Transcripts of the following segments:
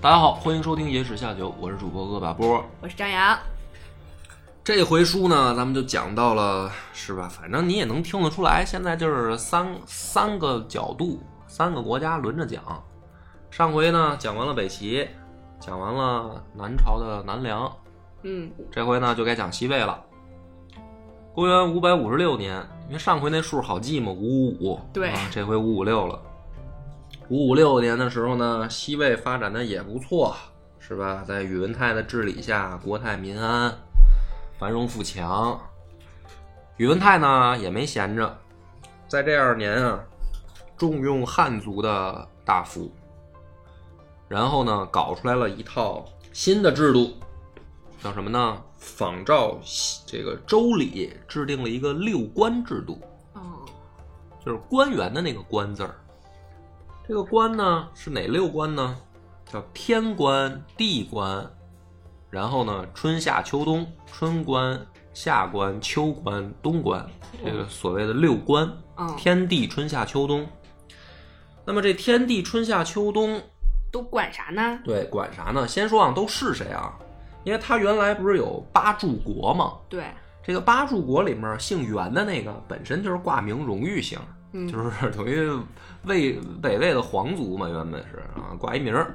大家好，欢迎收听《野史下酒》，我是主播恶把波。我是张扬。这回书呢，咱们就讲到了，是吧？反正你也能听得出来，现在就是三三个角度，三个国家轮着讲。上回呢，讲完了北齐，讲完了南朝的南梁，嗯，这回呢就该讲西魏了。公元五百五十六年，因为上回那数好记嘛，五五五，对啊，这回五五六了。五五六年的时候呢，西魏发展的也不错，是吧？在宇文泰的治理下，国泰民安，繁荣富强。宇文泰呢也没闲着，在这二年啊，重用汉族的大夫，然后呢，搞出来了一套新的制度，叫什么呢？仿照西这个周礼制定了一个六官制度，哦，就是官员的那个官字儿。这个官呢是哪六官呢？叫天官、地官，然后呢春夏秋冬，春官、夏官、秋官、冬官，这个所谓的六官。嗯，天地春夏秋冬。那么这天地春夏秋冬，都管啥呢？对，管啥呢？先说啊，都是谁啊？因为他原来不是有八柱国吗？对，这个八柱国里面姓袁的那个本身就是挂名荣誉姓，嗯，就是 等于魏北魏的皇族嘛，原本是啊，挂一名儿。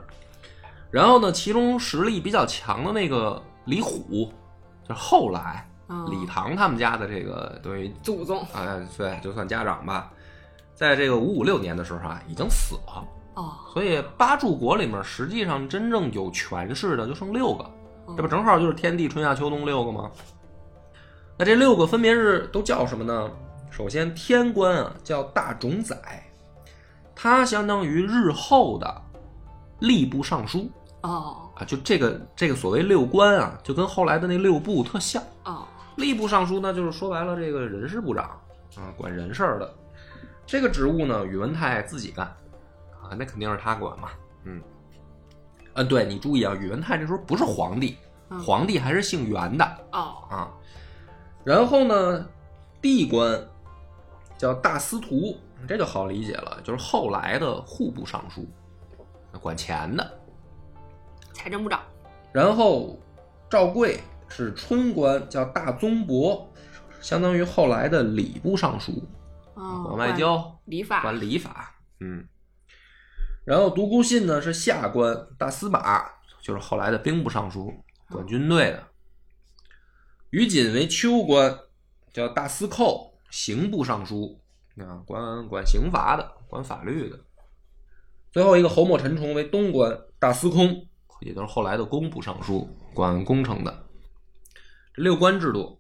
然后呢，其中实力比较强的那个李虎，就是后来嗯李唐他们家的这个等于祖宗啊，对，就算家长吧，在这个五五六年的时候啊，已经死了。哦，所以八柱国里面，实际上真正有权势的就剩六个，嗯这不正好就是天地春夏秋冬六个吗？那这六个分别是都叫什么呢？首先天官啊叫大冢宰，他相当于日后的吏部尚书哦啊，就这个这个所谓六官啊，就跟后来的那六部特像。哦，吏部尚书呢，就是说白了，这个人事部长啊，管人事儿的。这个职务呢，宇文泰自己干啊，那肯定是他管嘛。嗯，嗯，对你注意啊，宇文泰这时候不是皇帝，嗯皇帝还是姓袁的哦啊。然后呢，地官叫大司徒，这就好理解了，就是后来的户部尚书，管钱的。财政部长然后赵贵是春官，叫大宗伯，相当于后来的礼部尚书，哦，管外交、礼法管礼法。嗯。然后独孤信呢是下官，大司马就是后来的兵部尚书，管军队的。于禁为秋官，叫大司寇，刑部尚书啊，管管刑罚的，管法律的。最后一个侯莫陈崇为东官，大司空，也就是后来的工部尚书，管工程的。这六官制度，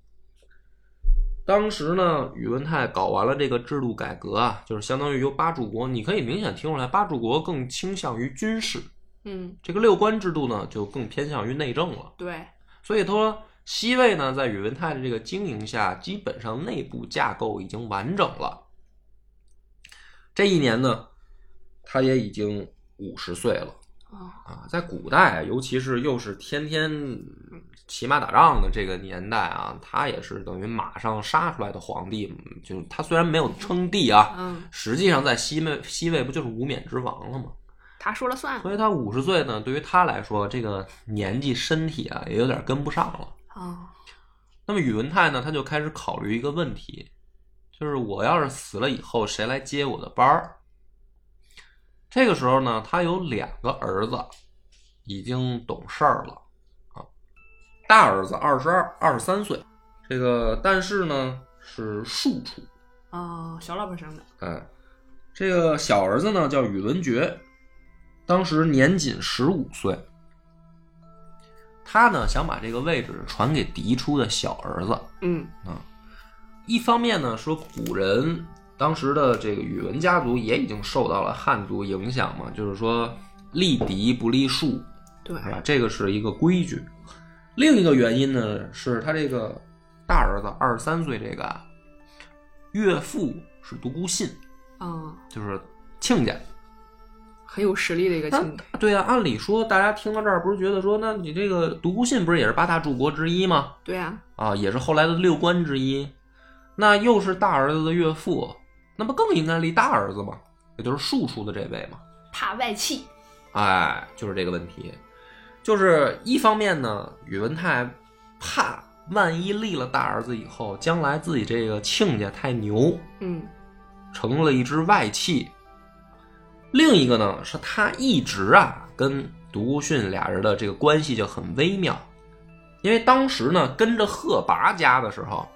当时呢，宇文泰搞完了这个制度改革啊，就是相当于由八柱国，你可以明显听出来，八柱国更倾向于军事，嗯，这个六官制度呢就更偏向于内政了。对，所以说，西魏呢在宇文泰的这个经营下，基本上内部架构已经完整了。这一年呢，他也已经五十岁了。哦啊，在古代，尤其是又是天天骑马打仗的这个年代啊，他也是等于马上杀出来的皇帝，嗯就是他虽然没有称帝啊，嗯，实际上在西魏西魏不就是无冕之王了吗？他说了算所以他五十岁呢，对于他来说，这个年纪身体啊也有点跟不上了。哦，那么宇文泰呢，他就开始考虑一个问题，就是我要是死了以后，谁来接我的班儿？这个时候呢，他有两个儿子，已经懂事儿了啊。大儿子二十二、二十三岁，这个但是呢是庶出，哦，小老婆生的，哎，这个小儿子呢叫宇文觉，当时年仅十五岁。他呢想把这个位置传给嫡出的小儿子，嗯一方面呢，说古人当时的这个宇文家族也已经受到了汉族影响嘛，就是说立嫡不立庶，对，是吧？这个是一个规矩。另一个原因呢，是他这个大儿子二十三岁，这个啊岳父是独孤信，嗯，就是亲家。很有实力的一个那亲戚，对啊，按理说大家听到这儿不是觉得说，那你这个独孤信不是也是八大柱国之一吗？对呀，啊，也是后来的六官之一。那又是大儿子的岳父，那不更应该立大儿子吗？也就是庶出的这位嘛。怕外戚，哎，就是这个问题，就是一方面呢，宇文泰怕万一立了大儿子以后，将来自己这个亲家太牛，嗯成了一只外戚；另一个呢，是他一直啊跟独孤信俩人的这个关系就很微妙，因为当时呢跟着贺拔家的时候，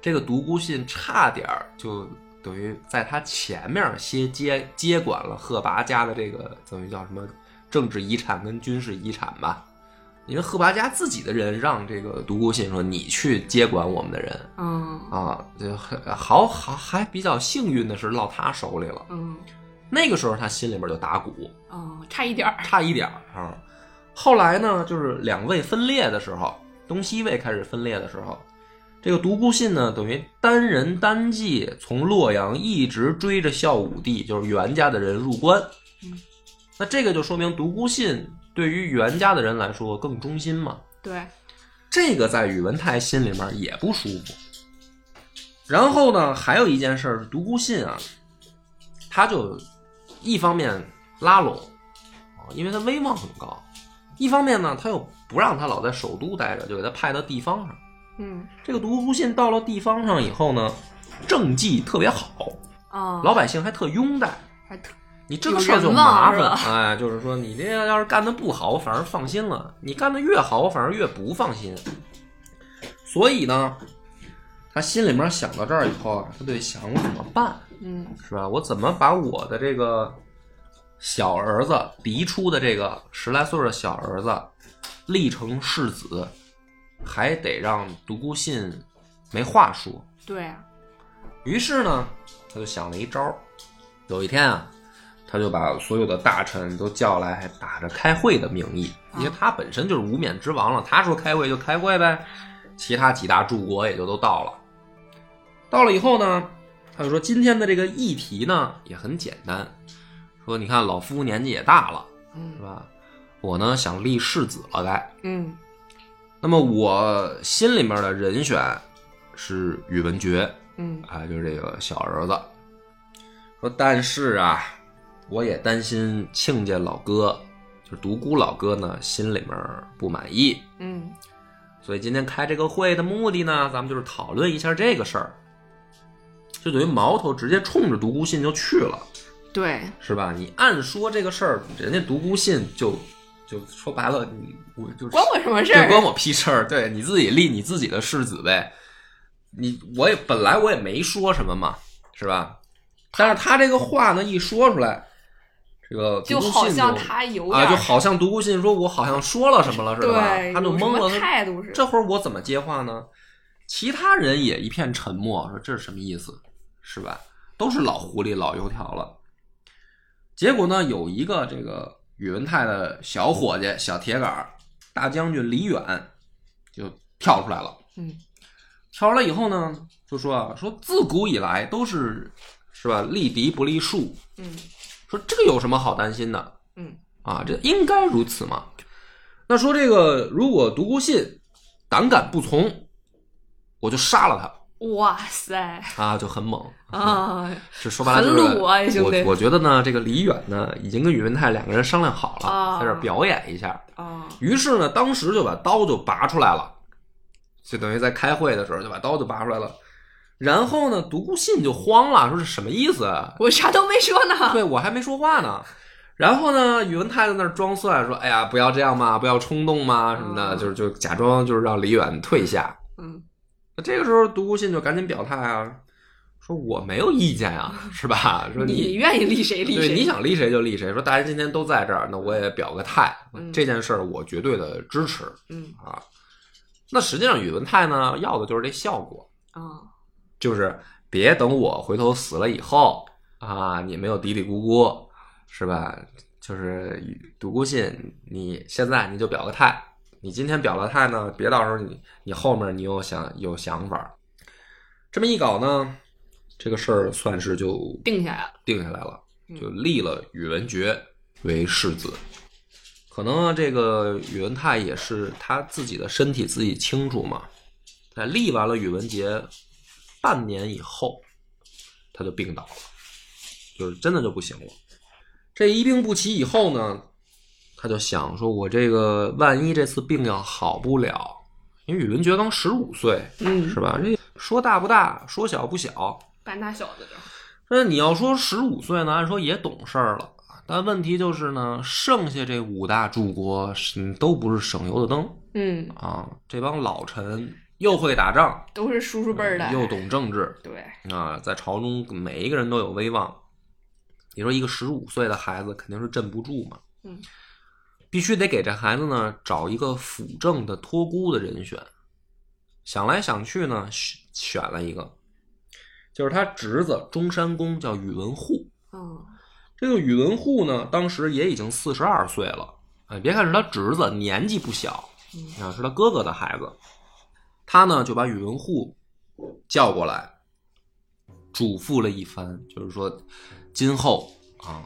这个独孤信差点儿就等于在他前面先接接管了贺拔家的这个等于叫什么政治遗产跟军事遗产吧。因为贺拔家自己的人让这个独孤信说：“你去接管我们的人。”嗯啊，这很好好还比较幸运的是落他手里了。嗯那个时候他心里边就打鼓，嗯，差一点儿，差一点儿啊。后来呢，就是两魏分裂的时候，东西魏开始分裂的时候，这个独孤信呢，等于单人单骑从洛阳一直追着孝武帝，就是袁家的人入关嗯。那这个就说明独孤信对于袁家的人来说更忠心嘛。对，这个在宇文泰心里面也不舒服。然后呢，还有一件事儿，独孤信啊，他就一方面拉拢啊，因为他威望很高；一方面呢，他又不让他老在首都待着，就给他派到地方上。嗯这个独孤信到了地方上以后呢，政绩特别好，啊，老百姓还特拥戴。还特你这个事儿就有人啊麻望是烦吧，哎，就是说你这个要是干的不好，我反而放心了；你干的越好，我反而越不放心。所以呢，他心里面想到这儿以后啊，他得想我怎么办，嗯是吧？我怎么把我的这个小儿子嫡出的这个十来岁的小儿子立成世子，还得让独孤信没话说。对啊，于是呢，他就想了一招儿。有一天啊，他就把所有的大臣都叫来，还打着开会的名义，因为他本身就是无冕之王了，他说开会就开会呗。其他几大柱国也就都到了。到了以后呢，他就说今天的这个议题呢也很简单，说你看老夫年纪也大了，是嗯吧？我呢想立世子了该，嗯那么我心里面的人选是宇文觉，嗯啊，就是这个小儿子，说但是啊，我也担心亲家老哥，就是独孤老哥呢，心里面不满意，嗯所以今天开这个会的目的呢，咱们就是讨论一下这个事儿，就等于矛头直接冲着独孤信就去了，对，是吧？你按说这个事儿，人家独孤信就就说白了，你我 就是关我什么事对，儿？关我屁事儿。对，你自己立你自己的世子呗。你我也本来我也没说什么嘛，是吧？但是他这个话呢一说出来，这个就独孤好信像就他有点啊，儿就好像独孤信说我好像说了什么了似的吧，对，他就有什懵么了。他态度是这会儿我怎么接话呢？其他人也一片沉默，说这是什么意思，是吧？都是老狐狸、老油条了。结果呢，有一个这个宇文泰的小伙计、小铁杆儿大将军李远就跳出来了。嗯跳出来以后呢，就说啊，说自古以来都是是吧，立敌不立树，嗯说这个有什么好担心的？嗯啊，这应该如此嘛。那说这个，如果独孤信胆敢不从，我就杀了哇塞他啊，就很猛。啊！这说白了就很是鲁啊兄我弟我觉得呢，这个李远呢已经跟宇文泰两个人商量好了，啊在这儿表演一下。啊，于是呢，当时就把刀就拔出来了，就等于在开会的时候就把刀就拔出来了。然后呢，独孤信就慌了，说是什么意思？啊我啥都没说 呢。对我还没说话呢。然后呢，宇文泰在那儿装蒜，说：“哎呀，不要这样嘛，不要冲动嘛，什么的，嗯就是就假装就是让李远退下。嗯”那这个时候，独孤信就赶紧表态啊，说：“我没有意见啊，是吧？说你愿意立谁立对谁，你想立谁就立谁，说大家今天都在这儿，那我也表个态，嗯这件事儿我绝对的支持嗯啊。”那实际上，宇文泰呢要的就是这效果，啊就是别等我回头死了以后啊，你们又嘀嘀咕咕，是吧？就是独孤信，你现在你就表个态，你今天表了态呢，别到时候你你后面你又想有想法儿，这么一搞呢，这个事儿算是就定下来了。定下来了，嗯就立了宇文觉为世子。可能啊，这个宇文泰也是他自己的身体自己清楚嘛。在立完了宇文杰半年以后，他就病倒了，就是真的就不行了。这一病不起以后呢，他就想说，我这个万一这次病要好不了，因为宇文觉刚十五岁，嗯是，吧？这说大不大，说小不小，半大小子的，那你要说十五岁呢，按说也懂事儿了，但问题就是呢，剩下这五大柱国是都不是省油的灯嗯，啊！这帮老臣又会打仗，都是叔叔辈儿的，嗯又懂政治对，啊，在朝中每一个人都有威望。你说一个十五岁的孩子肯定是镇不住嘛，嗯，必须得给这孩子呢找一个辅政的托孤的人选。想来想去呢，选选了一个，就是他侄子中山公叫宇文护。嗯，这个宇文护呢，当时也已经四十二岁了。哎，别看是他侄子，年纪不小嗯啊，是他哥哥的孩子。他呢就把宇文护叫过来，嘱咐了一番，就是说，今后啊，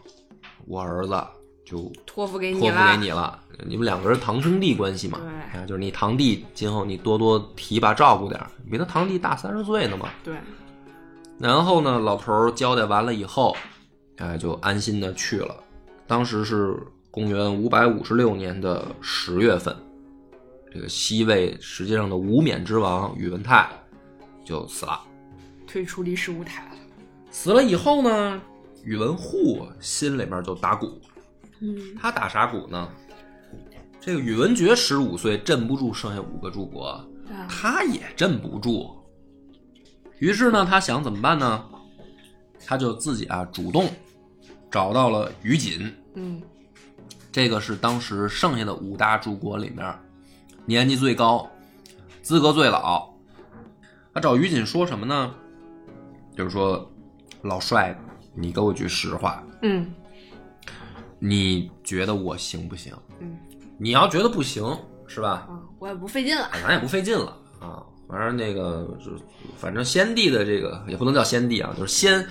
我儿子就托付给托你付了，给你了。你们两个人堂兄弟关系嘛，对啊，就是你堂弟今后你多多提拔照顾点儿，比他堂弟大三十岁呢嘛。对，然后呢，老头儿交代完了以后，哎，就安心的去了。当时是公元五百五十六年的十月份，这个西魏实际上的无冕之王宇文泰就死了。退出历史舞台了，死了以后呢，宇文护心里面就打鼓，嗯，他打啥鼓呢？这个宇文觉十五岁镇不住剩下五个诸国，啊，他也镇不住。于是呢，他想怎么办呢？他就自己啊主动找到了于锦，嗯，这个是当时剩下的五大诸国里面年纪最高、资格最老。他找于锦说什么呢？就是说，老帅，你给我句实话，嗯，你觉得我行不行？嗯，你要觉得不行，是吧？啊，我也不费劲了，咱也不费劲了啊。反正那个，就是反正先帝的这个也不能叫先帝啊，就是先，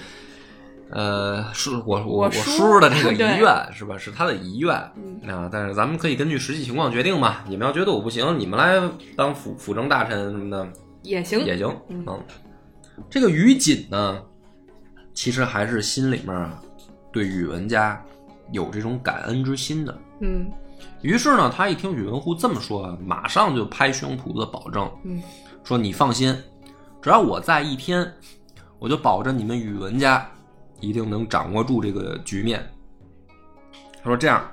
呃，是我我我叔叔的这 个对遗愿是吧？是他的遗愿嗯啊。但是咱们可以根据实际情况决定嘛。你们要觉得我不行，你们来当辅辅政大臣什么的，也行，也行嗯啊。这个于锦呢，其实还是心里面啊对宇文家有这种感恩之心的。嗯于是呢，他一听宇文护这么说啊，马上就拍胸脯子保证，嗯，说你放心，只要我在一天，我就保证你们宇文家一定能掌握住这个局面。他说这样，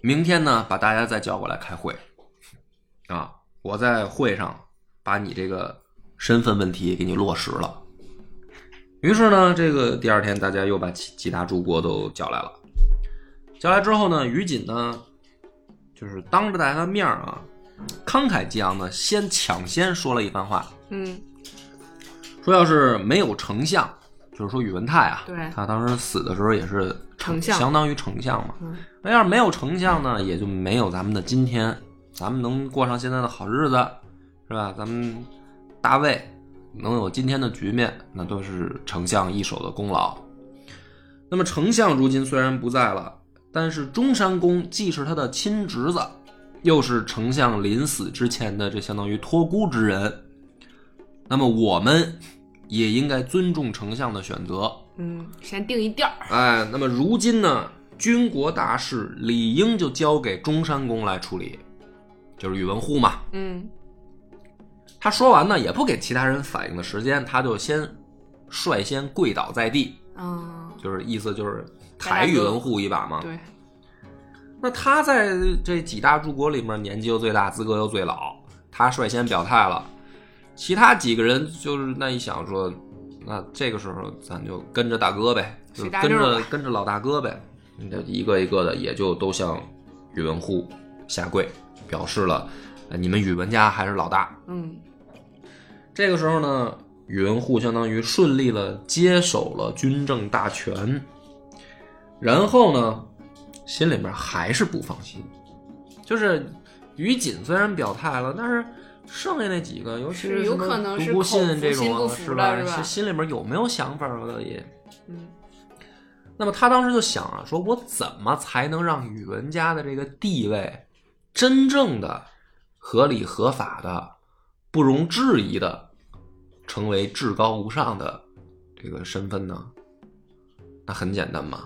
明天呢把大家再叫过来开会，啊，我在会上把你这个身份问题给你落实了。于是呢，这个第二天大家又把其其他诸国都叫来了。叫来之后呢，于锦呢，就是当着大家的面儿啊，慷慨激昂的先抢先说了一番话，嗯，说要是没有丞相，就是说宇文泰啊，对他当时死的时候也是丞相相当于丞相嘛。嗯那要是没有丞相呢，也就没有咱们的今天，咱们能过上现在的好日子，是吧？咱们大魏能有今天的局面，那都是丞相一手的功劳。那么丞相如今虽然不在了，但是中山公既是他的亲侄子，又是丞相临死之前的这相当于托孤之人，那么我们也应该尊重丞相的选择。嗯，先定一调儿，哎，那么如今呢，军国大事理应就交给中山公来处理，就是宇文护嘛。嗯他说完呢，也不给其他人反应的时间，他就先率先跪倒在地，啊，就是意思就是拜抬拜宇文护一把嘛。对，那他在这几大诸国里面年纪又最大，资格又最老，他率先表态了。其他几个人就是那一想说，那这个时候咱就跟着大哥呗，就随是大跟溜儿着吧跟着老大哥呗。那一个一个的也就都向宇文护下跪，表示了呃你们宇文家还是老大。嗯这个时候呢，宇文护相当于顺利了接手了军政大权，然后呢，心里面还是不放心。就是于锦虽然表态了，但是剩下那几个，尤其是什有么可能独是孤口信服这心种不啊，服是的吧？是吧是心里面有没有想法儿了也。嗯那么他当时就想啊，说我怎么才能让宇文家的这个地位真正的合理合法的、不容置疑的成为至高无上的这个身份呢？那很简单嘛，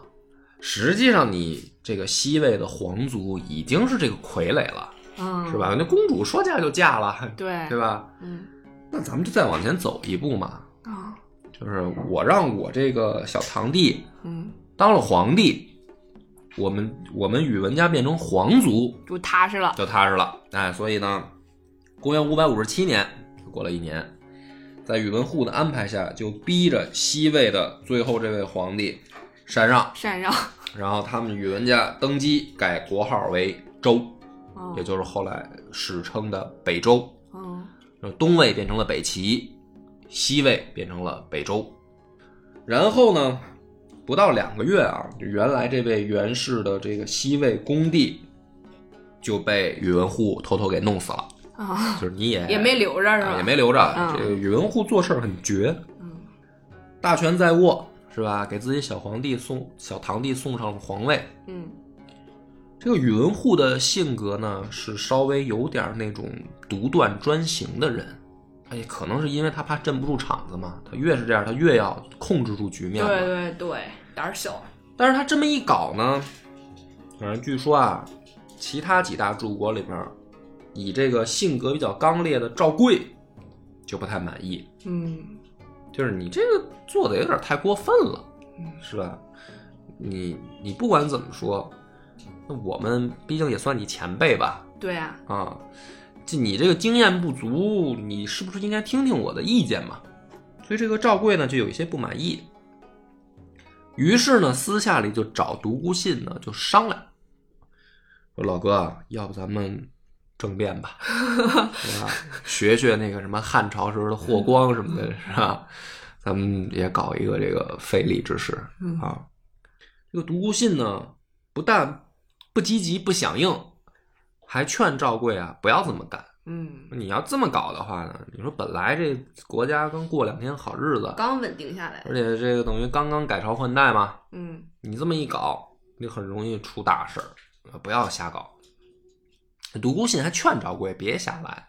实际上你这个西魏的皇族已经是这个傀儡了，嗯，是？吧？那公主说嫁就嫁了，对 对吧？嗯那咱们就再往前走一步嘛，啊就是我让我这个小堂弟嗯，当了皇帝，我们我们宇文家变成皇族就踏实了。就踏实了。哎，所以呢，公元五百五十七年就过了一年，在宇文护的安排下，就逼着西魏的最后这位皇帝禅让，禅让，然后他们宇文家登基，改国号为周，嗯也就是后来史称的北周。嗯东魏变成了北齐，西魏变成了北周。然后呢，不到两个月啊，就原来这位袁氏的这个西魏恭帝就被宇文护偷偷给弄死了，啊，就是你也也没留着是吧？啊也没留着。嗯这个宇文护做事儿很绝，嗯大权在握是吧？给自己小皇帝送小堂弟送上了皇位。嗯这个宇文护的性格呢，是稍微有点儿那种独断专行的人，他也可能是因为他怕镇不住场子嘛，他越是这样，他越要控制住局面对嘛。对对，胆儿小。但是他这么一搞呢，反正据说啊，其他几大柱国里面，以这个性格比较刚烈的赵贵就不太满意，嗯就是你这个做的有点太过分了，是吧？你你不管怎么说，那我们毕竟也算你前辈吧，对啊，啊，就你这个经验不足，你是不是应该听听我的意见嘛？所以这个赵贵呢就有一些不满意，于是呢私下里就找独孤信呢就商量，说老哥啊，要不咱们政变 吧，对吧？学学那个什么汉朝时候的霍光什么嗯的，是吧？咱们也搞一个这个废立之事嗯啊。这个独孤信呢，不但不积极不响应，还劝赵贵啊不要这么干。嗯，你要这么搞的话呢，你说本来这国家刚过两天好日子，刚稳定下来。而且这个等于刚刚改朝换代嘛，嗯你这么一搞，你很容易出大事儿，不要瞎搞。独孤信还劝赵贵别瞎来，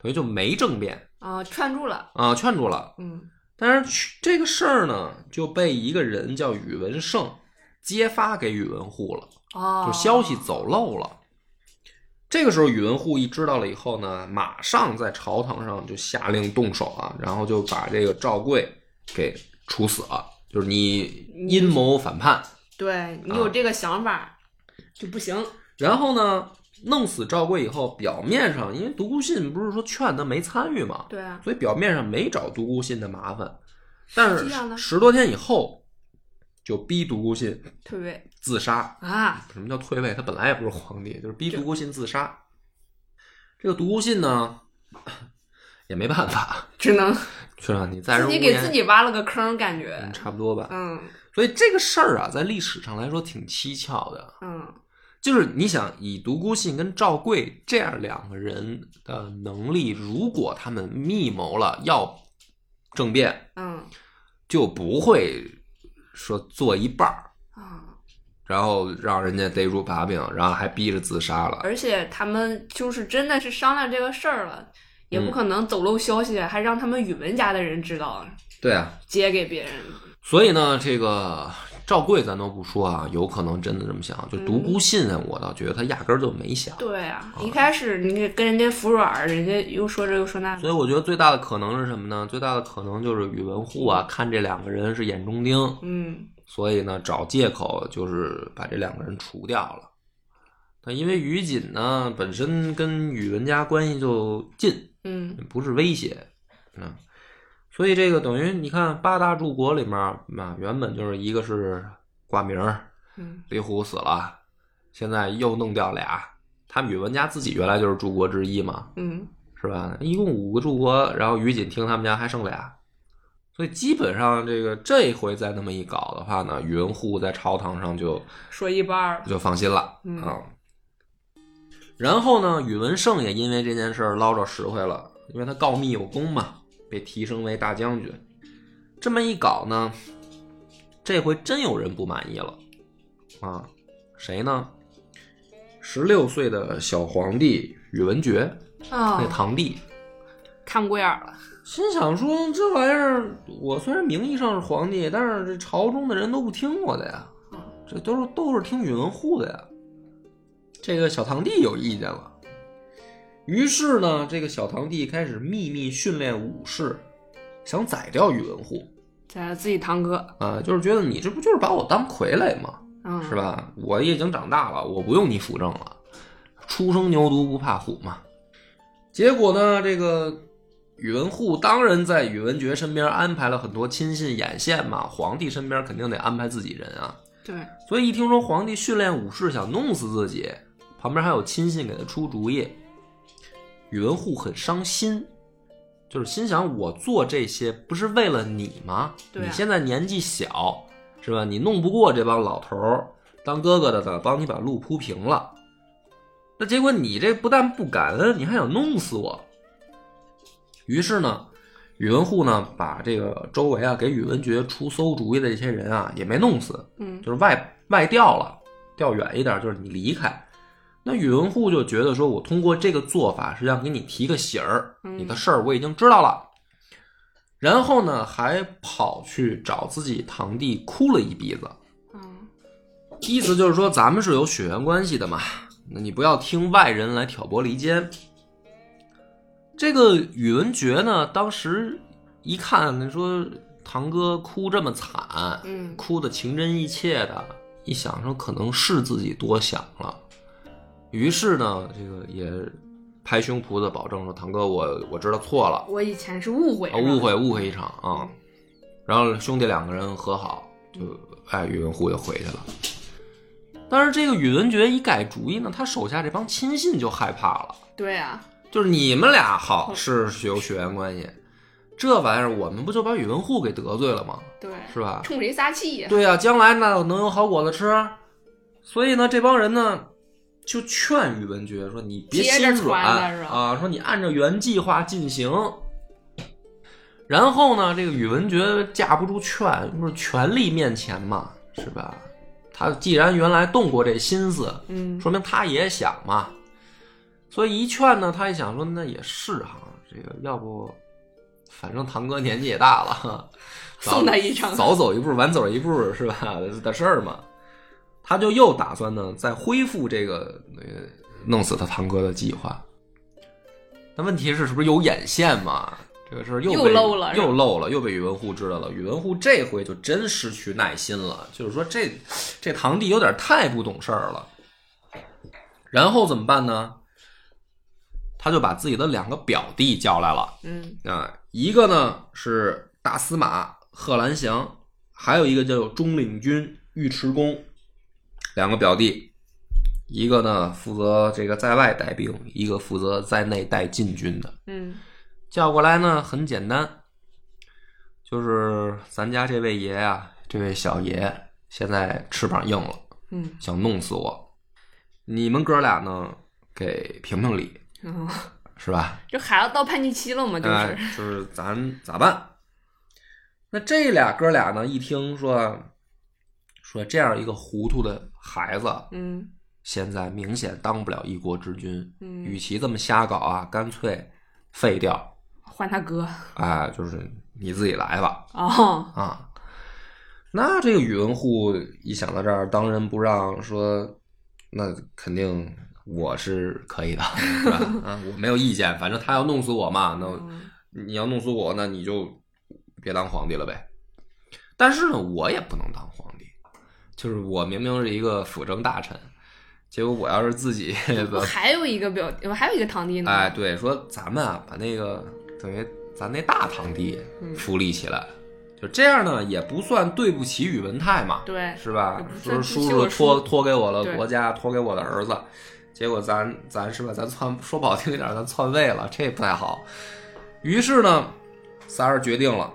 等于就没政变啊，串住了。啊、劝住了。嗯但是去这个事儿呢，就被一个人叫宇文盛揭发给宇文护了。哦，就消息走漏了。这个时候，宇文护一知道了以后呢，马上在朝堂上就下令动手啊，然后就把这个赵贵给处死了，就是你阴谋反叛。对你有这个想法就不行。然后呢，弄死赵贵以后，表面上因为独孤信不是说劝他没参与嘛，对啊，所以表面上没找独孤信的麻烦，但实际上呢是十多天以后就逼独孤信退位自杀。啊，什么叫退位？他本来也不是皇帝，就是逼独孤信自杀。这个独孤信呢， 也没办法，只能就让你在这自屋己檐给自己挖了个坑，感觉嗯。差不多吧。嗯所以这个事儿啊，在历史上来说挺蹊跷的。嗯就是你想，以独孤信跟赵贵这样两个人的能力，如果他们密谋了要政变，嗯就不会说做一半儿，啊，然后让人家逮住把柄，然后还逼着自杀了。而且他们就是真的是商量这个事儿了，也嗯不可能走漏消息，还让他们宇文家的人知道，对啊，揭给别人。所以呢，这个赵贵咱都不说啊，有可能真的这么想。就独孤信，我倒觉得他压根儿就没想。对啊，一开始你跟人家服软儿，人家又说这又说那的。所以我觉得最大的可能是什么呢？最大的可能就是宇文护啊，看这两个人是眼中钉，嗯所以呢找借口就是把这两个人除掉了。那因为于锦呢本身跟宇文家关系就近，嗯不是威胁，嗯，所以这个等于你看八大柱国里面啊，原本就是一个是挂名儿，嗯李虎死了，现在又弄掉俩。他们宇文家自己原来就是诸国之一嘛，嗯，是吧？一共五个诸国，然后于锦听他们家还剩俩，所以基本上这个这一回再那么一搞的话呢，宇文护在朝堂上就说一半儿，就放心了嗯啊。然后呢，宇文盛也因为这件事儿捞着实惠了，因为他告密有功嘛，被提升为大将军。这么一搞呢，这回真有人不满意了啊！谁呢？十六岁的小皇帝宇文觉，啊那，堂弟，哦看不过眼儿了，心想说这玩意儿，我虽然名义上是皇帝，但是这朝中的人都不听我的呀，这都是都是听宇文护的呀。这个小堂弟有意见了，于是呢，这个小堂弟开始秘密训练武士，想宰掉宇文护在自己堂哥，啊、就是觉得你这不就是把我当傀儡吗？嗯，是？吧？我已经长大了，我不用你辅政了。初生牛犊不怕虎嘛。结果呢，这个宇文护当然在宇文觉身边安排了很多亲信眼线嘛，皇帝身边肯定得安排自己人啊。对，所以一听说皇帝训练武士想弄死自己，旁边还有亲信给他出主意，宇文护很伤心，就是心想我做这些不是为了你吗？对啊你现在年纪小，是吧？你弄不过这帮老头儿，当哥哥的呢帮你把路铺平了。那结果你这不但不感恩，你还想弄死我。于是呢，宇文护呢把这个周围啊给宇文觉出馊主意的这些人啊也没弄死，嗯，就是外外调了，调远一点，就是你离开。那宇文护就觉得说，我通过这个做法是想给你提个醒儿，嗯你的事儿我已经知道了。然后呢，还跑去找自己堂弟哭了一鼻子，嗯，意思就是说咱们是有血缘关系的嘛，那你不要听外人来挑拨离间。这个宇文觉呢，当时一看，你说堂哥哭这么惨，嗯，哭得情真意切的，一想说可能是自己多想了，于是呢，这个也拍胸脯子保证说：“堂哥，我我知道错了，我以前是误会啊，误会误会一场啊。”然后兄弟两个人和好，就哎，宇文护就回去了。但是这个宇文觉一改主意呢，他手下这帮亲信就害怕了，对啊，就是你们俩好是有血缘关系，这玩意儿我们不就把宇文护给得罪了吗？对，是吧？冲谁撒气呀？对呀、啊将来那能有好果子吃？所以呢，这帮人呢就劝宇文觉说：“你别接着心传了软是吧啊，说你按照原计划进行。”然后呢，这个宇文觉架不住劝，不是权力面前嘛，是吧？他既然原来动过这心思，嗯，说明他也想嘛。所以一劝呢，他一想说，那也是哈，这个要不，反正堂哥年纪也大了， 早送他一程早走一步，晚走一步是吧 的事儿嘛。他就又打算呢，再恢复这个呃弄死他堂哥的计划。但问题是，是不是有眼线嘛？这个事儿又又被漏了是吧又漏了，又被宇文护知道了。宇文护这回就真失去耐心了，就是说这这堂弟有点太不懂事儿了。然后怎么办呢？他就把自己的两个表弟叫来了。嗯，啊，一个呢是大司马贺兰祥，还有一个叫做中领军尉迟恭，两个表弟，一个呢负责这个在外带兵，一个负责在内带禁军的。嗯，叫过来呢很简单，就是咱家这位爷啊，这位小爷现在翅膀硬了，嗯，想弄死我，你们哥俩呢给评评理嗯，是吧？这孩子到叛逆期了嘛，就是哎，就是咱咋办？那这俩哥俩呢，一听说说这样一个糊涂的孩子，嗯现在明显当不了一国之君，嗯与其这么瞎搞啊，干脆废掉，换他哥哎，就是你自己来吧 哦，啊。那这个宇文护一想到这儿，当仁不让，说那肯定我是可以的，是吧？啊，我没有意见，反正他要弄死我嘛，那嗯你要弄死我，那你就别当皇帝了呗。但是呢，我也不能当皇帝，就是我明明是一个辅政大臣，结果我要是自己 我还有一个表，我还有一个堂弟呢，哎，对，说咱们啊，把那个等于咱那大堂弟嗯扶立起来，就这样呢，也不算对不起宇文泰嘛，对，是吧也不？说算叔不起叔我托叔托给我了对国家，托给我的儿子，结果咱咱是吧？咱篡说不好听一点，咱篡位了，这也不太好。于是呢，仨人决定了，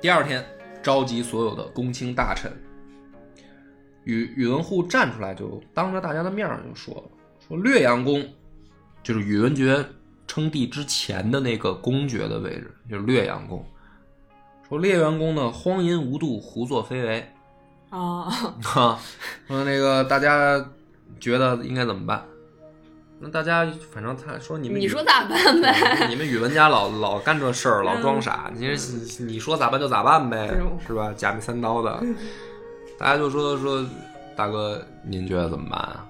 第二天，召集所有的公卿大臣，宇宇文护站出来就当着大家的面儿就说了：“说略阳宫，就是宇文觉称帝之前的那个公爵的位置，就是略阳宫。说略阳宫呢，荒淫无度，胡作非为。哦，哈， 说那个大家觉得应该怎么办？那大家反正他说你们你宇说咋 办呗？嗯你们宇文家老老干这事儿，老装傻，你是你说咋办就咋办呗是我，是吧？假面三刀 的，大家就说说，大哥，您觉得怎么办啊？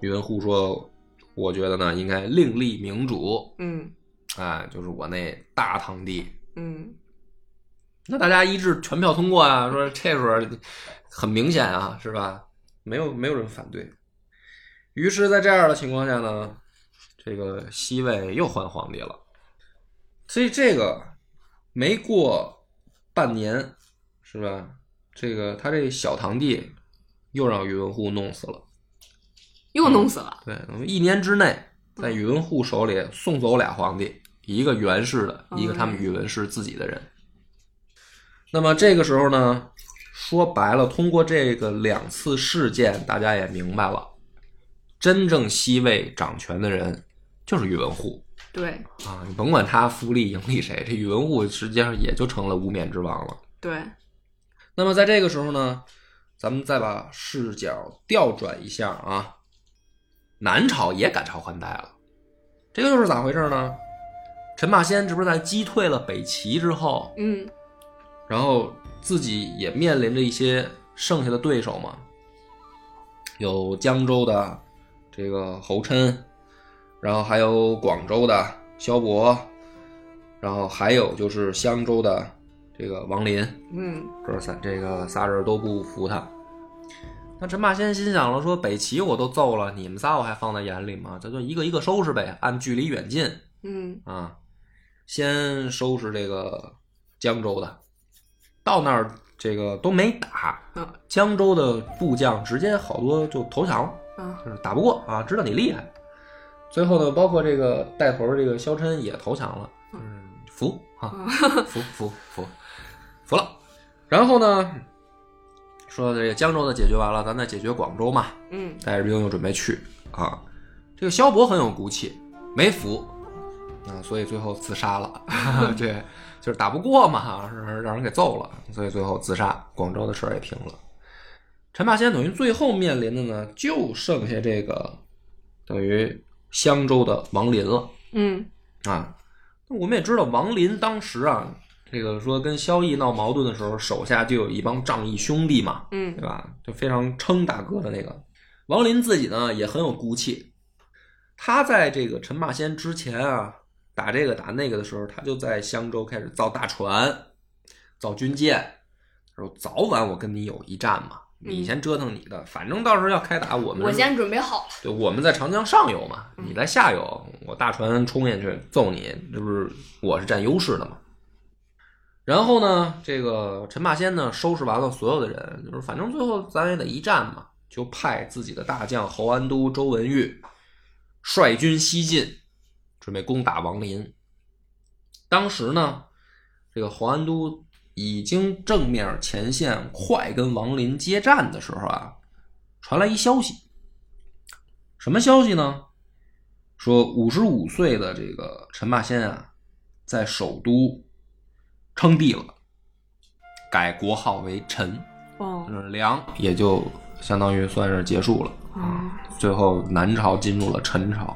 宇文护说，我觉得呢，应该另立明主，嗯哎，就是我那大堂弟。 嗯那大家一致全票通过啊，说这时候很明显啊，是吧？没有没有人反对。于是，在这样的情况下呢，这个西魏又换皇帝了。所以这个没过半年，是吧？这个他这小堂弟又让宇文护弄死了。又弄死了。对，我们一年之内，在宇文护手里送走俩皇帝，一个袁氏的，嗯一个他们宇文氏自己的人。那么这个时候呢，说白了，通过这个两次事件，大家也明白了，真正西魏掌权的人就是宇文护对啊！你甭管他福利盈利谁，这宇文护实际上也就成了无冕之王了。对，那么在这个时候呢，咱们再把视角调转一下啊，南朝也改朝换代了，这个又是咋回事呢？陈霸先这不是在击退了北齐之后，嗯然后自己也面临着一些剩下的对手嘛，有江州的这个侯琛，然后还有广州的萧伯，然后还有就是襄州的这个王林，嗯哥仨这个仨人都不服他。那陈霸先心想了，说北齐我都揍了，你们仨我还放在眼里吗？咱就一个一个收拾呗，按距离远近嗯啊，先收拾这个江州的。到那儿这个都没打嗯，江州的部将直接好多就投降了。啊就是打不过啊，知道你厉害。最后呢，包括这个带头的这个萧琛也投降了，嗯，服啊， 服服服服了。然后呢，说这个江州的解决完了，咱再解决广州嘛，嗯带着兵又准备去啊。这个萧伯很有骨气，没服啊，所以最后自杀了。 对，就是打不过嘛，是不是让人给揍了，所以最后自杀。广州的事儿也平了。陈霸先等于最后面临的呢，就剩下这个等于襄州的王林了嗯啊。那我们也知道，王林当时啊，这个说跟萧绎闹矛盾的时候，手下就有一帮仗义兄弟嘛，对嗯吧？就非常称大哥的那个。王林自己呢也很有骨气，他在这个陈霸先之前啊，打这个打那个的时候，他就在襄州开始造大船、造军舰，他说早晚我跟你有一战嘛，你先折腾你的，反正到时候要开打，我们嗯我先准备好了。对我们在长江上游嘛，嗯你在下游，我大船冲进去揍你，这不是我是占优势的嘛？然后呢，这个陈霸先呢收拾完了所有的人，就是反正最后咱也得一战嘛，就派自己的大将侯安都、周文玉率军西进，准备攻打王林。当时呢，这个侯安都已经正面前线快跟王林接战的时候啊，传来一消息，什么消息呢？说五十五岁的这个陈霸先啊，在首都称帝了，改国号为陈，哦就是梁，也就相当于算是结束了。啊最后南朝进入了陈朝。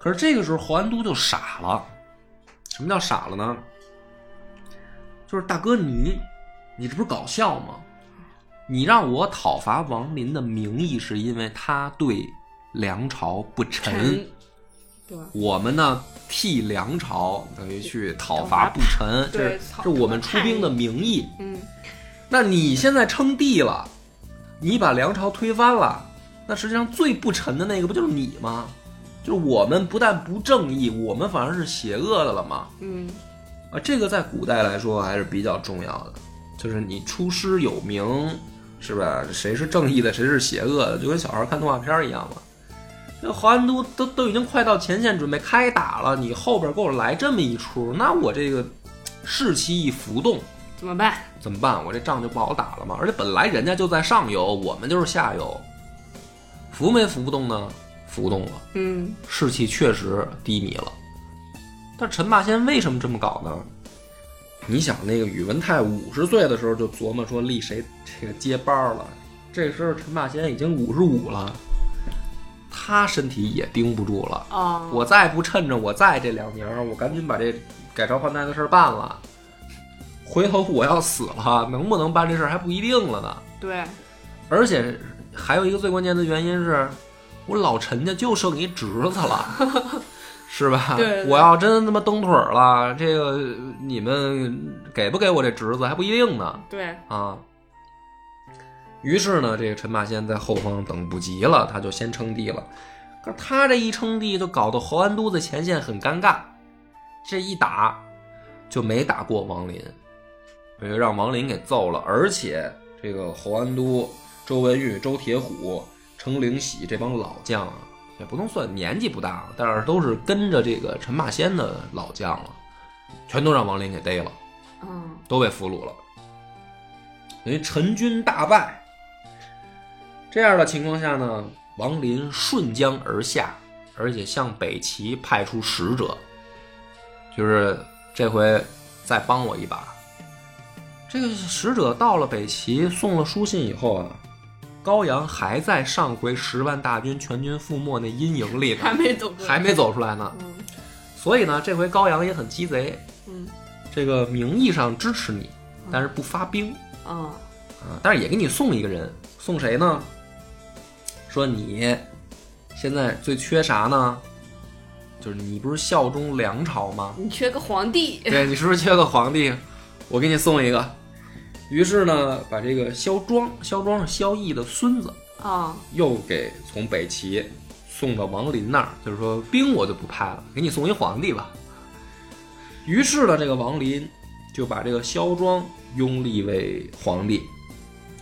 可是这个时候，侯安都就傻了。什么叫傻了呢？就是大哥你，你这不是搞笑吗？你让我讨伐王林的名义，是因为他对梁朝不臣。臣对我们呢替梁朝等于去讨伐不臣，这是对讨这是我们出兵的名义。嗯那你现在称帝了，你把梁朝推翻了，那实际上最不臣的那个不就是你吗？就是我们不但不正义，我们反而是邪恶的了吗？嗯啊，这个在古代来说还是比较重要的，就是你出师有名，是吧？谁是正义的，谁是邪恶的，就跟小孩看动画片一样嘛。这华安都都都已经快到前线准备开打了，你后边给我来这么一出，那我这个士气一浮动，怎么办？怎么办？我这仗就不好打了嘛。而且本来人家就在上游，我们就是下游，浮没浮动呢？浮动了，嗯士气确实低迷了。但陈霸先为什么这么搞呢？你想，那个宇文泰五十岁的时候就琢磨说立谁这个接班了，这时候陈霸先已经五十五了，他身体也盯不住了。哦，我再不趁着我在这两年儿，我赶紧把这改朝换代的事儿办了。回头我要死了，能不能办这事儿还不一定了呢。对，而且还有一个最关键的原因是，我老陈家就剩一侄子 了，是吧？对对对我要真他妈蹬腿儿了，这个你们给不给我这侄子还不一定呢对，啊。于是呢，这个陈霸先在后方等不及了，他就先称帝了。可他这一称帝，就搞得侯安都的前线很尴尬。这一打就没打过王林，这个让王林给揍了。而且这个侯安都、周文玉、周铁虎、程灵喜这帮老将啊，也不能算年纪不大，但是都是跟着这个陈霸先的老将了，全都让王林给逮了。嗯都被俘虏了，等于陈军大败。这样的情况下呢，王林顺江而下，而且向北齐派出使者，就是这回再帮我一把。这个使者到了北齐，送了书信以后啊，高阳还在上回十万大军全军覆没那阴影里呢还，没走出来，还没走出来呢。嗯所以呢，这回高阳也很鸡贼，嗯这个名义上支持你，但是不发兵哦，啊，但是也给你送一个人，送谁呢？说你现在最缺啥呢？就是你不是效忠梁朝吗？你缺个皇帝，对你是不是缺个皇帝？我给你送一个。于是呢，把这个萧庄，萧庄是萧绎的孙子，哦，又给从北齐送到王林那儿，就是说兵我就不派了，给你送一皇帝吧。于是呢，这个王林就把这个萧庄拥立为皇帝。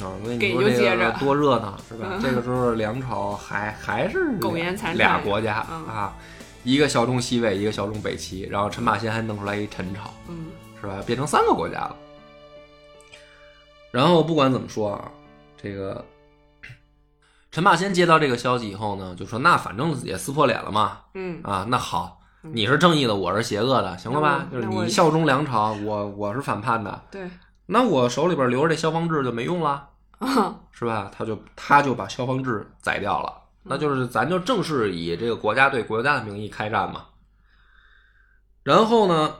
啊，所以你说给就这个接着多热闹是吧？嗯这个时候梁朝还还是苟延残喘俩国家嗯啊，一个效忠西魏，一个效忠北齐，然后陈霸先还弄出来一陈朝。嗯是吧？变成三个国家了。然后不管怎么说啊，这个陈霸先接到这个消息以后呢，就说那反正也撕破脸了嘛，嗯，啊，那好，嗯你是正义的，我是邪恶的，行了吧？就那我是那我你效忠梁朝，我我是反叛的，对，那我手里边留着这萧方志就没用了，啊，是吧？他就他就把萧方志宰掉了，嗯那就是咱就正式以这个国家对国家的名义开战嘛。然后呢，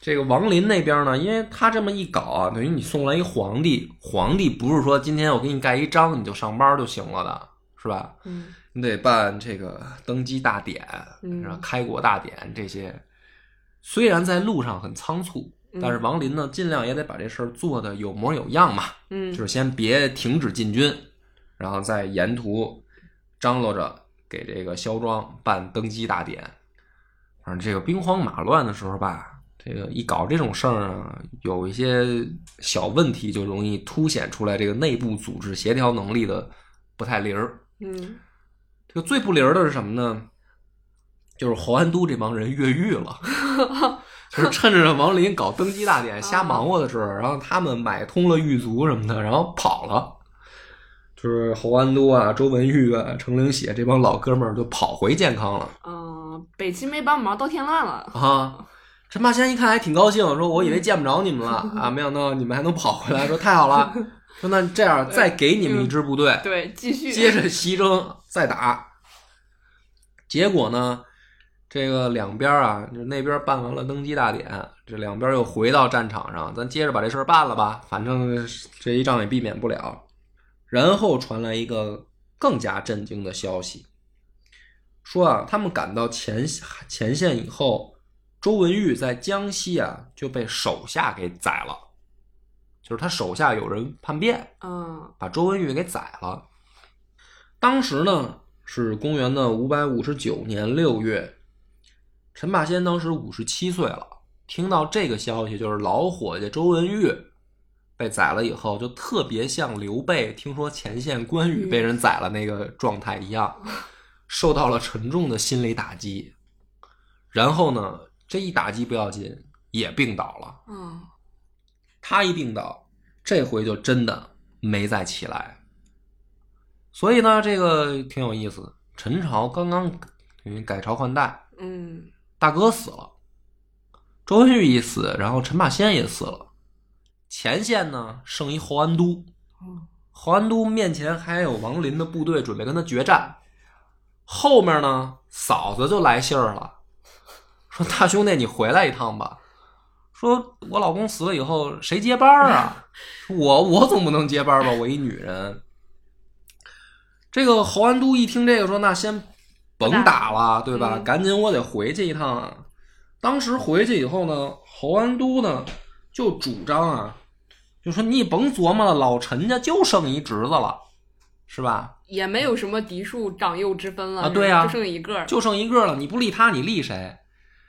这个王林那边呢，因为他这么一搞啊，等于你送来一皇帝，皇帝不是说今天我给你盖一章你就上班就行了的，是吧？嗯你得办这个登基大典，嗯是吧？开国大典这些，虽然在路上很仓促，嗯但是王林呢，尽量也得把这事儿做的有模有样嘛。嗯，就是先别停止进军，然后再沿途张罗着给这个萧庄办登基大典。反正这个兵荒马乱的时候吧，这个一搞这种事儿呢，有一些小问题就容易凸显出来这个内部组织协调能力的不太灵儿。嗯，这个最不灵儿的是什么呢？就是侯安都这帮人越狱了，就是趁着王林搞登基大典瞎忙活的时候，然后他们买通了狱卒什么的，然后跑了。就是侯安都啊、周文玉啊、程灵喜这帮老哥们儿就跑回健康了呃嗯，北齐没帮忙，到添乱了，啊。陈霸先一看还挺高兴，说：“我以为见不着你们了啊，没想到你们还能跑回来，说太好了。说那这样再给你们一支部队，对，继续，接着西征再打。结果呢，这个两边啊，就那边办完了登基大典，这两边又回到战场上，咱接着把这事儿办了吧，反正这一仗也避免不了。然后传来一个更加震惊的消息，说啊，他们赶到前前线以后，周文玉在江西啊就被手下给宰了，就是他手下有人叛变，嗯把周文玉给宰了。当时呢是公元的五百五十九年六月，陈霸先当时五十七岁了，听到这个消息，就是老伙计周文玉被宰了以后，就特别像刘备听说前线关羽被人宰了那个状态一样， 受到了沉重的心理打击。然后呢，这一打击不要紧，也病倒了。嗯，他一病倒，这回就真的没再起来。所以呢，这个挺有意思。陈朝刚刚等于改朝换代，嗯，大哥死了，周文玉一死，然后陈霸先也死了，前线呢剩一侯安都嗯，侯安都面前还有王林的部队准备跟他决战，后面呢嫂子就来信儿了，说大兄弟你回来一趟吧，说我老公死了以后谁接班儿啊？我我总不能接班儿吧，我一女人。这个侯安都一听这个说，那先甭打了，对吧？嗯赶紧我得回去一趟啊。当时回去以后呢，侯安都呢就主张啊，就说你甭琢磨了，老陈家就剩一侄子了，是吧？也没有什么嫡庶长幼之分了啊对啊就剩一个儿，就剩一个了，你不立他，你立谁？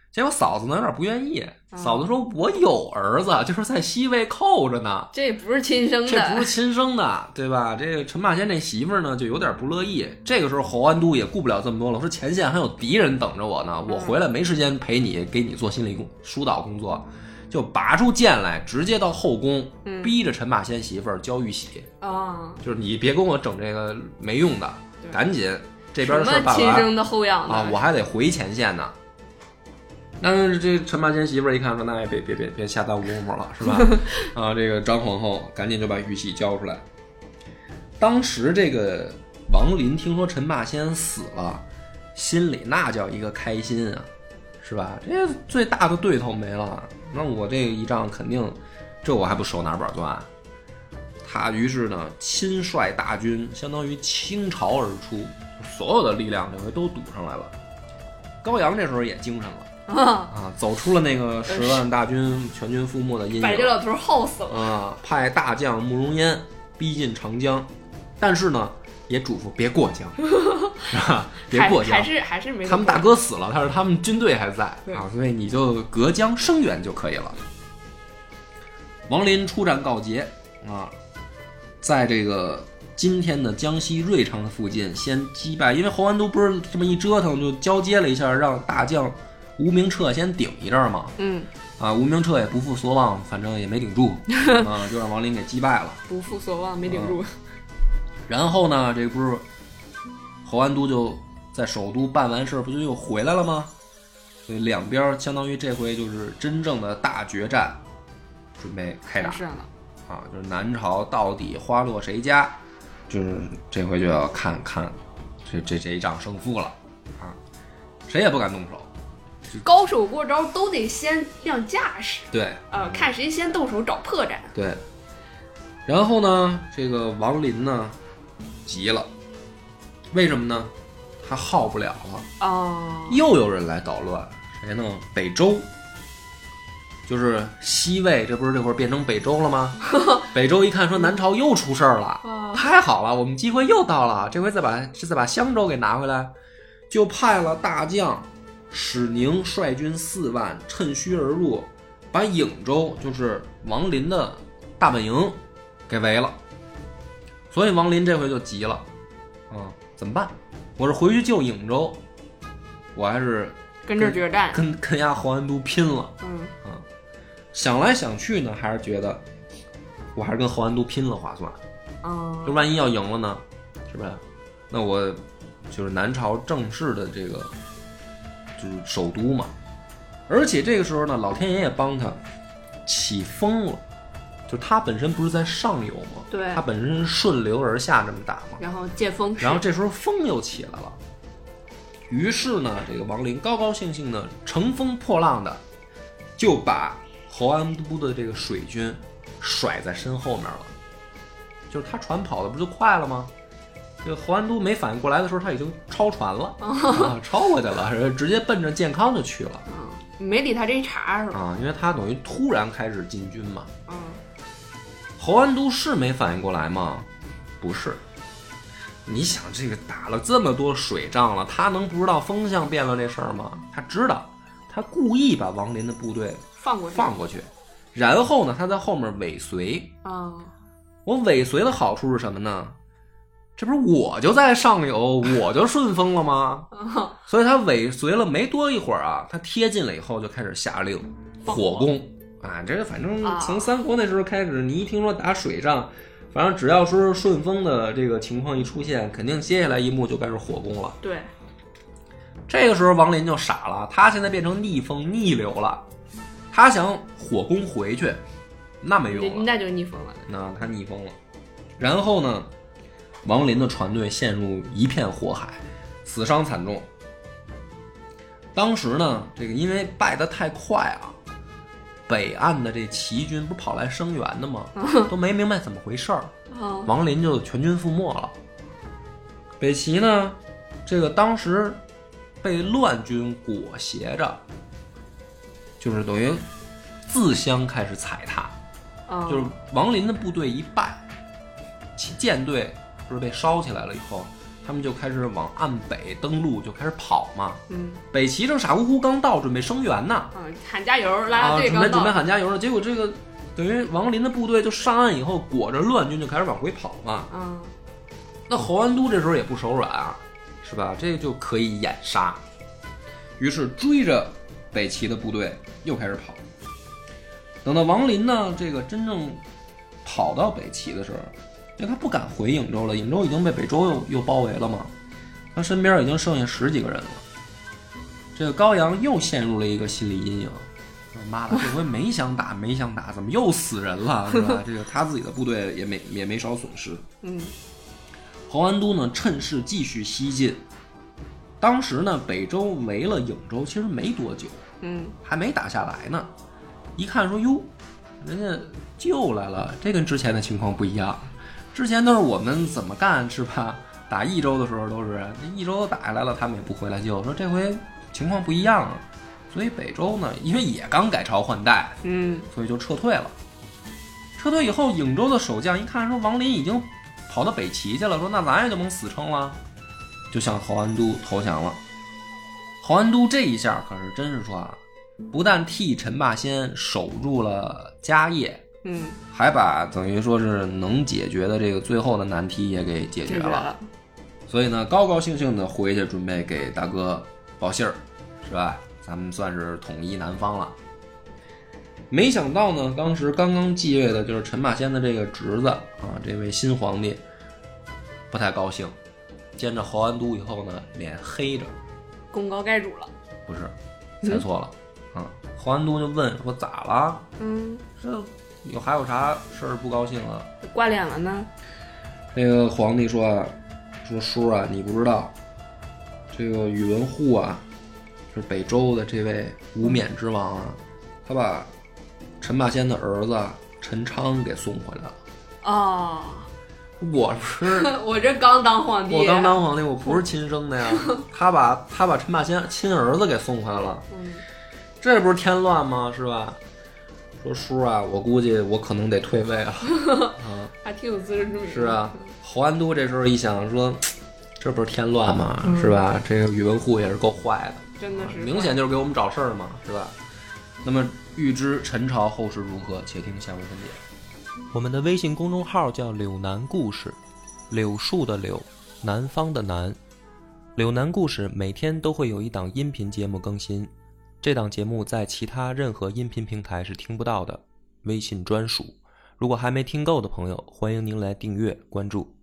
结果嫂子呢有点不愿意，嫂子说：“我有儿子，就是在西魏扣着呢，这不是亲生这不是的，亲生的， 对吧？”这个陈霸先这媳妇儿呢就有点不乐意。这个时候侯安都也顾不了这么多了，说前线还有敌人等着我呢，嗯我回来没时间陪你，给你做心理工疏导工作，就拔出剑来，直接到后宫，嗯逼着陈霸先媳妇儿交玉玺，啊，就是你别跟我整这个没用的，对赶紧这边什的事儿么办亲完。生的后养的啊，我还得回前线呢。但是这陈霸先媳妇儿一看说：“那也别别别别瞎耽误工夫了，是吧？”啊，这个张皇后赶紧就把玉玺交出来。当时这个王林听说陈霸先死了，心里那叫一个开心啊，是吧？这最大的对头没了，那我这一仗肯定，这我还不手拿板砖啊。他于是呢，亲率大军，相当于倾巢而出，所有的力量这回都堵上来了。高阳这时候也精神了啊，啊，走出了那个十万大军全军覆没的阴把这影老头儿耗死了，啊，派大将慕容嫣逼近长江，但是呢，也嘱咐别过 江，是吧？别还过江还，是还是没他们大过哥死了，但是他们军队还在对啊，所以你就隔江声援就可以了。王林出战告捷啊，在这个今天的江西瑞昌附近先击败，因为侯安都不是这么一折腾就交接了一下，让大将吴明彻先顶一阵儿嘛嗯，啊，吴明彻也不负所望，反正也没顶住啊，就让王林给击败了。不负所望，没顶嗯住，然后呢，这不是侯安都就在首都办完事儿，不就又回来了吗？所以两边儿相当于这回就是真正的大决战，准备开打是了，啊！就是南朝到底花落谁家，就是这回就要看看这这这一仗胜负了啊！谁也不敢动手，高手过招都得先亮架势，对呃，看谁先动手找破绽，对。然后呢，这个王林呢急了，为什么呢？他耗不了了。哦，又有人来捣乱，谁呢？北周，就是西魏，这不是这会儿变成北周了吗？北周一看说南朝又出事儿了，啊，太好了，我们机会又到了，这回再把这再把襄州给拿回来，就派了大将史宁率军四万，趁虚而入，把颍州就是王林的大本营给围了。所以王林这回就急了，啊，怎么办？我是回去救颍州，我还是跟这儿决战，跟 跟丫黄安都拼了。嗯，想来想去呢，还是觉得我还是跟黄安都拼了划算。啊就，万一要赢了呢，是吧？那我就是南朝正式的这个就是首都嘛。而且这个时候呢，老天爷也帮他起风了，就他本身不是在上游嘛，对他本身是顺流而下这么打嘛。然后借风势，然后这时候风又起来了，于是呢，这个王林高高兴兴的乘风破浪的，就把侯安都的这个水军甩在身后面了。就是他船跑的不就快了吗？这个侯安都没反应过来的时候，他已经超船了，啊、超过去了，然后直接奔着健康就去了嗯，没理他这一茬是吧？啊！因为他等于突然开始进军嘛，嗯，侯安都是没反应过来吗？不是。你想，这个打了这么多水仗了，他能不知道风向变了这事儿吗？他知道，他故意把王林的部队放过去，放过去，然后呢，他在后面尾随。啊，我尾随的好处是什么呢？这不是我就在上游，我就顺风了 嗯吗？所以他尾随了没多一会儿啊，他贴近了以后就开始下令，棒火攻啊，这反正啊从三国那时候开始，你一听说打水仗，反正只要说是顺风的这个情况一出现，肯定接下来一幕就该是火攻了。对，这个时候王林就傻了，他现在变成逆风逆流了，他想火攻回去，那没对用了，那就逆风了。那他逆风了。然后呢，王林的船队陷入一片火海，死伤惨重。当时呢，这个因为败得太快啊，北岸的这齐军不是跑来声援的吗？都没明白怎么回事儿，哦，王林就全军覆没了。北齐呢，这个当时被乱军裹挟着，就是等于自相开始踩踏，哦就是王林的部队一败，其舰队不是被烧起来了以后，他们就开始往岸北登陆，就开始跑嘛。嗯北齐正傻乎乎刚到，准备声援呢，嗯，喊加油，拉拉啊，队准刚备到准备，喊加油了。结果这个等于王林的部队就上岸以后，裹着乱军就开始往回跑嘛。嗯那侯安都这时候也不手软啊，是吧？这就可以掩杀。于是追着北齐的部队又开始跑。等到王林呢，这个真正跑到北齐的时候，因为他不敢回颍州了，颍州已经被北周又又包围了嘛，他身边已经剩下十几个人了。这个高阳又陷入了一个心理阴影。妈的，这回没想打，没想打，怎么又死人了，是吧？这个他自己的部队也没也没少损失。嗯侯安都呢趁势继续西进。当时呢，北周围了颍州，其实没多久，嗯，还没打下来呢。一看说哟，人家救来了，这跟之前的情况不一样。之前都是我们怎么干是吧？打益州的时候都是那益州都打下来了，他们也不回来救。说这回情况不一样了，所以北周呢，因为也刚改朝换代，嗯所以就撤退了。撤退以后，颍州的守将一看说王林已经跑到北齐去了，说那咱也就甭死撑了，就向侯安都投降了。侯安都这一下可是真是说啊，不但替陈霸先守住了家业，嗯，还把等于说是能解决的这个最后的难题也给解解决决了。了，所以呢，高高兴兴的回去准备给大哥报信儿，是吧？咱们算是统一南方了。没想到呢，当时刚刚继位的就是陈霸先的这个侄子啊，这位新皇帝不太高兴，见着侯安都以后呢，脸黑着，功高盖主了。不是，猜错了、啊。侯安都就问说咋了？嗯，这有还有啥事儿不高兴啊？挂脸了呢。那个皇帝说啊，说叔啊，你不知道，这个宇文护啊，是北周的这位无冕之王啊，他把陈霸先的儿子陈昌给送回来了。 哦，我不是我这刚当皇帝，我刚当皇帝，我不是亲生的呀，他把他把陈霸先亲儿子给送回来了，嗯，这不是添乱吗？是吧？说叔啊，我估计我可能得退位了。还挺有自知之明。是啊，侯安都这时候一想说，这不是添乱吗？是吧？这个宇文护也是够坏的，真的是明显就是给我们找事儿嘛，是吧？那么预知陈朝后事如何，且听下回分解。我们的微信公众号叫“柳南故事”，柳树的柳，南方的南。柳南故事每天都会有一档音频节目更新，这档节目在其他任何音频平台是听不到的，微信专属。如果还没听够的朋友，欢迎您来订阅关注。